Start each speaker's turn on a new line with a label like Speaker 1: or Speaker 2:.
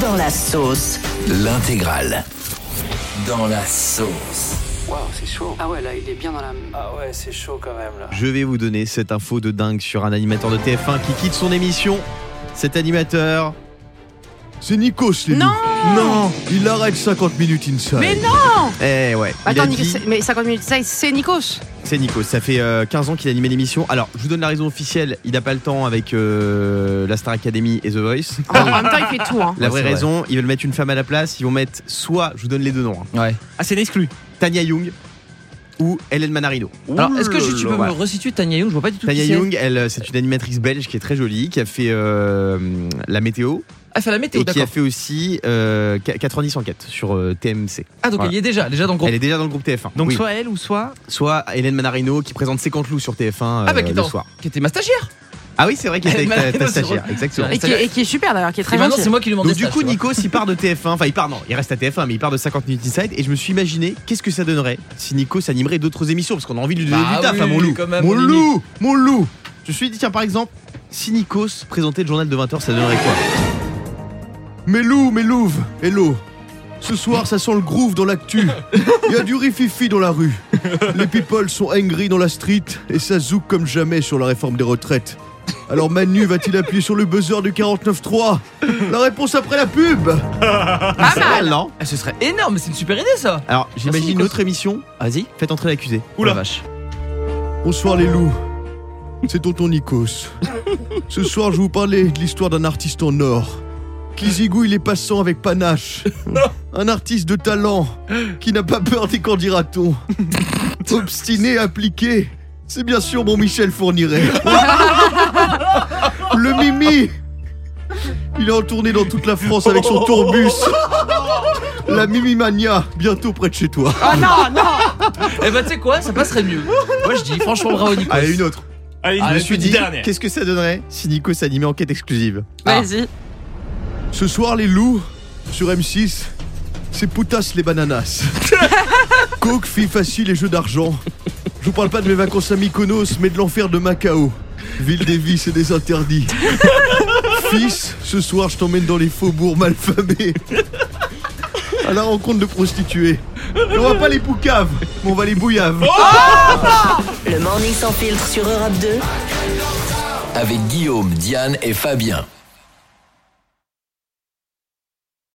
Speaker 1: Dans la sauce.
Speaker 2: L'intégrale. Dans la sauce.
Speaker 3: Waouh, c'est chaud.
Speaker 4: Ah ouais, là, il est bien dans la.
Speaker 3: Ah ouais, c'est chaud quand même là.
Speaker 5: Je vais vous donner cette info de dingue sur un animateur de TF1 qui quitte son émission. Cet animateur, c'est Nikos Lévy.
Speaker 6: Non
Speaker 5: Non, il arrête 50 minutes inside.
Speaker 6: Mais non
Speaker 5: Eh ouais, il
Speaker 6: Attends,
Speaker 5: a
Speaker 6: Nico-
Speaker 5: dit-
Speaker 6: c'est- mais 50 minutes, ça, c'est Nikos.
Speaker 5: c'est Nikos. Ça fait euh, 15 ans qu'il animait l'émission. Alors, je vous donne la raison officielle. Il n'a pas le temps avec euh, la Star Academy et The Voice.
Speaker 6: En en même temps, il fait tout. Hein.
Speaker 5: La
Speaker 2: Ouais,
Speaker 5: vraie
Speaker 2: c'est vrai.
Speaker 5: raison, ils veulent mettre une femme à la place. Ils vont mettre soit, je vous donne les deux noms, hein,
Speaker 2: Ouais.
Speaker 7: Ah, c'est exclu.
Speaker 5: Tania Young ou Hélène Manarino.
Speaker 7: Alors, est-ce que
Speaker 5: Ouh
Speaker 7: je- tu peux
Speaker 5: là
Speaker 7: me resituer Tania Young Je vois pas du tout
Speaker 5: Tania
Speaker 7: qui c'est.
Speaker 5: Young, elle, euh, c'est une animatrice belge qui est très jolie, qui a fait euh, la météo
Speaker 7: Ah, fait la météo,
Speaker 5: et qui a
Speaker 7: d'accord.
Speaker 5: fait aussi euh, qu- 90 enquêtes sur euh, TMC.
Speaker 7: Ah, donc
Speaker 5: Voilà.
Speaker 7: elle y est déjà, déjà dans le groupe.
Speaker 5: Elle est déjà dans le groupe TF1.
Speaker 7: Donc
Speaker 5: Oui.
Speaker 7: soit elle ou soit.
Speaker 5: soit Hélène Manarino qui présente 50 loups sur TF1 euh,
Speaker 7: Ah, bah, qui
Speaker 5: le
Speaker 7: était en-
Speaker 5: soir.
Speaker 7: qui était ma stagiaire.
Speaker 5: Ah oui, c'est vrai qu'elle était
Speaker 7: Hélène
Speaker 5: avec ta- ta,
Speaker 7: Manarino, c'est
Speaker 5: stagiaire,
Speaker 7: drôle.
Speaker 5: exactement.
Speaker 6: Et, qui, est- et qui est super d'ailleurs, qui est très
Speaker 7: Et maintenant,
Speaker 6: gentil.
Speaker 7: c'est moi qui lui demande
Speaker 5: Donc
Speaker 7: des
Speaker 5: du
Speaker 7: stages,
Speaker 5: coup,
Speaker 7: tu vois.
Speaker 5: Nikos, il part de TF1, enfin il part non, il reste à TF1, mais il part de 50 minutes inside. Et je me suis imaginé, qu'est-ce que ça donnerait si Nikos animerait d'autres émissions, parce qu'on a envie de lui donner
Speaker 7: Bah
Speaker 5: du taf,
Speaker 7: oui,
Speaker 5: hein, mon loup,
Speaker 7: quand même,
Speaker 5: mon
Speaker 7: Dominique.
Speaker 5: loup, mon loup. Je me suis dit tiens, par exemple, si Nikos présentait le journal de 20h, ça donnerait quoi Mes loups, mes louves, hello. Ce soir, ça sent le groove dans l'actu. Il y a du rififi dans la rue. Les people sont angry dans la street et ça zouk comme jamais sur la réforme des retraites. Alors Manu va-t-il appuyer sur le buzzer du 49.3 La réponse après la pub
Speaker 6: Pas mal.
Speaker 5: non
Speaker 7: Ah, ce serait énorme, c'est une super idée ça.
Speaker 5: Alors
Speaker 7: Merci,
Speaker 5: j'imagine une
Speaker 7: Nikos.
Speaker 5: autre émission,
Speaker 7: Vas-y.
Speaker 5: faites entrer l'accusé.
Speaker 7: Oula. vache.
Speaker 5: Bonsoir les loups, c'est tonton Nikos. Ce soir je vais vous parler de l'histoire d'un artiste en or qui zigouille les passants avec panache. Un artiste de talent qui n'a pas peur des qu'en dira-t-on. Obstiné, appliqué, c'est bien sûr mon Michel Fourniret. Le Mimi Il est en tournée dans toute la France avec son tourbus. La Mimimania, bientôt près de chez toi.
Speaker 6: Oh non, non
Speaker 7: Eh bah, tu sais quoi, ça passerait mieux. Moi, je dis franchement bravo Nico.
Speaker 5: Allez, une autre.
Speaker 8: Allez,
Speaker 5: je me
Speaker 8: une
Speaker 5: suis
Speaker 8: petite
Speaker 5: dit,
Speaker 8: dernière.
Speaker 5: Ah, qu'est-ce que ça donnerait si Nico s'animait enquête exclusive
Speaker 6: Vas-y.
Speaker 5: Ce soir, les loups, sur M6, c'est poutas les bananas. Coke, filles facile et jeux d'argent. Je vous parle pas de mes vacances à Mykonos, mais de l'enfer de Macao. Ville des vices et des interdits. Fils, ce soir, je t'emmène dans les faubourgs malfamés. À la rencontre de prostituées. Et on va pas les poucaves, mais on va les bouillaves.
Speaker 1: Le morning sans filtre sur Europe 2.
Speaker 2: Avec Guillaume, Diane et Fabien.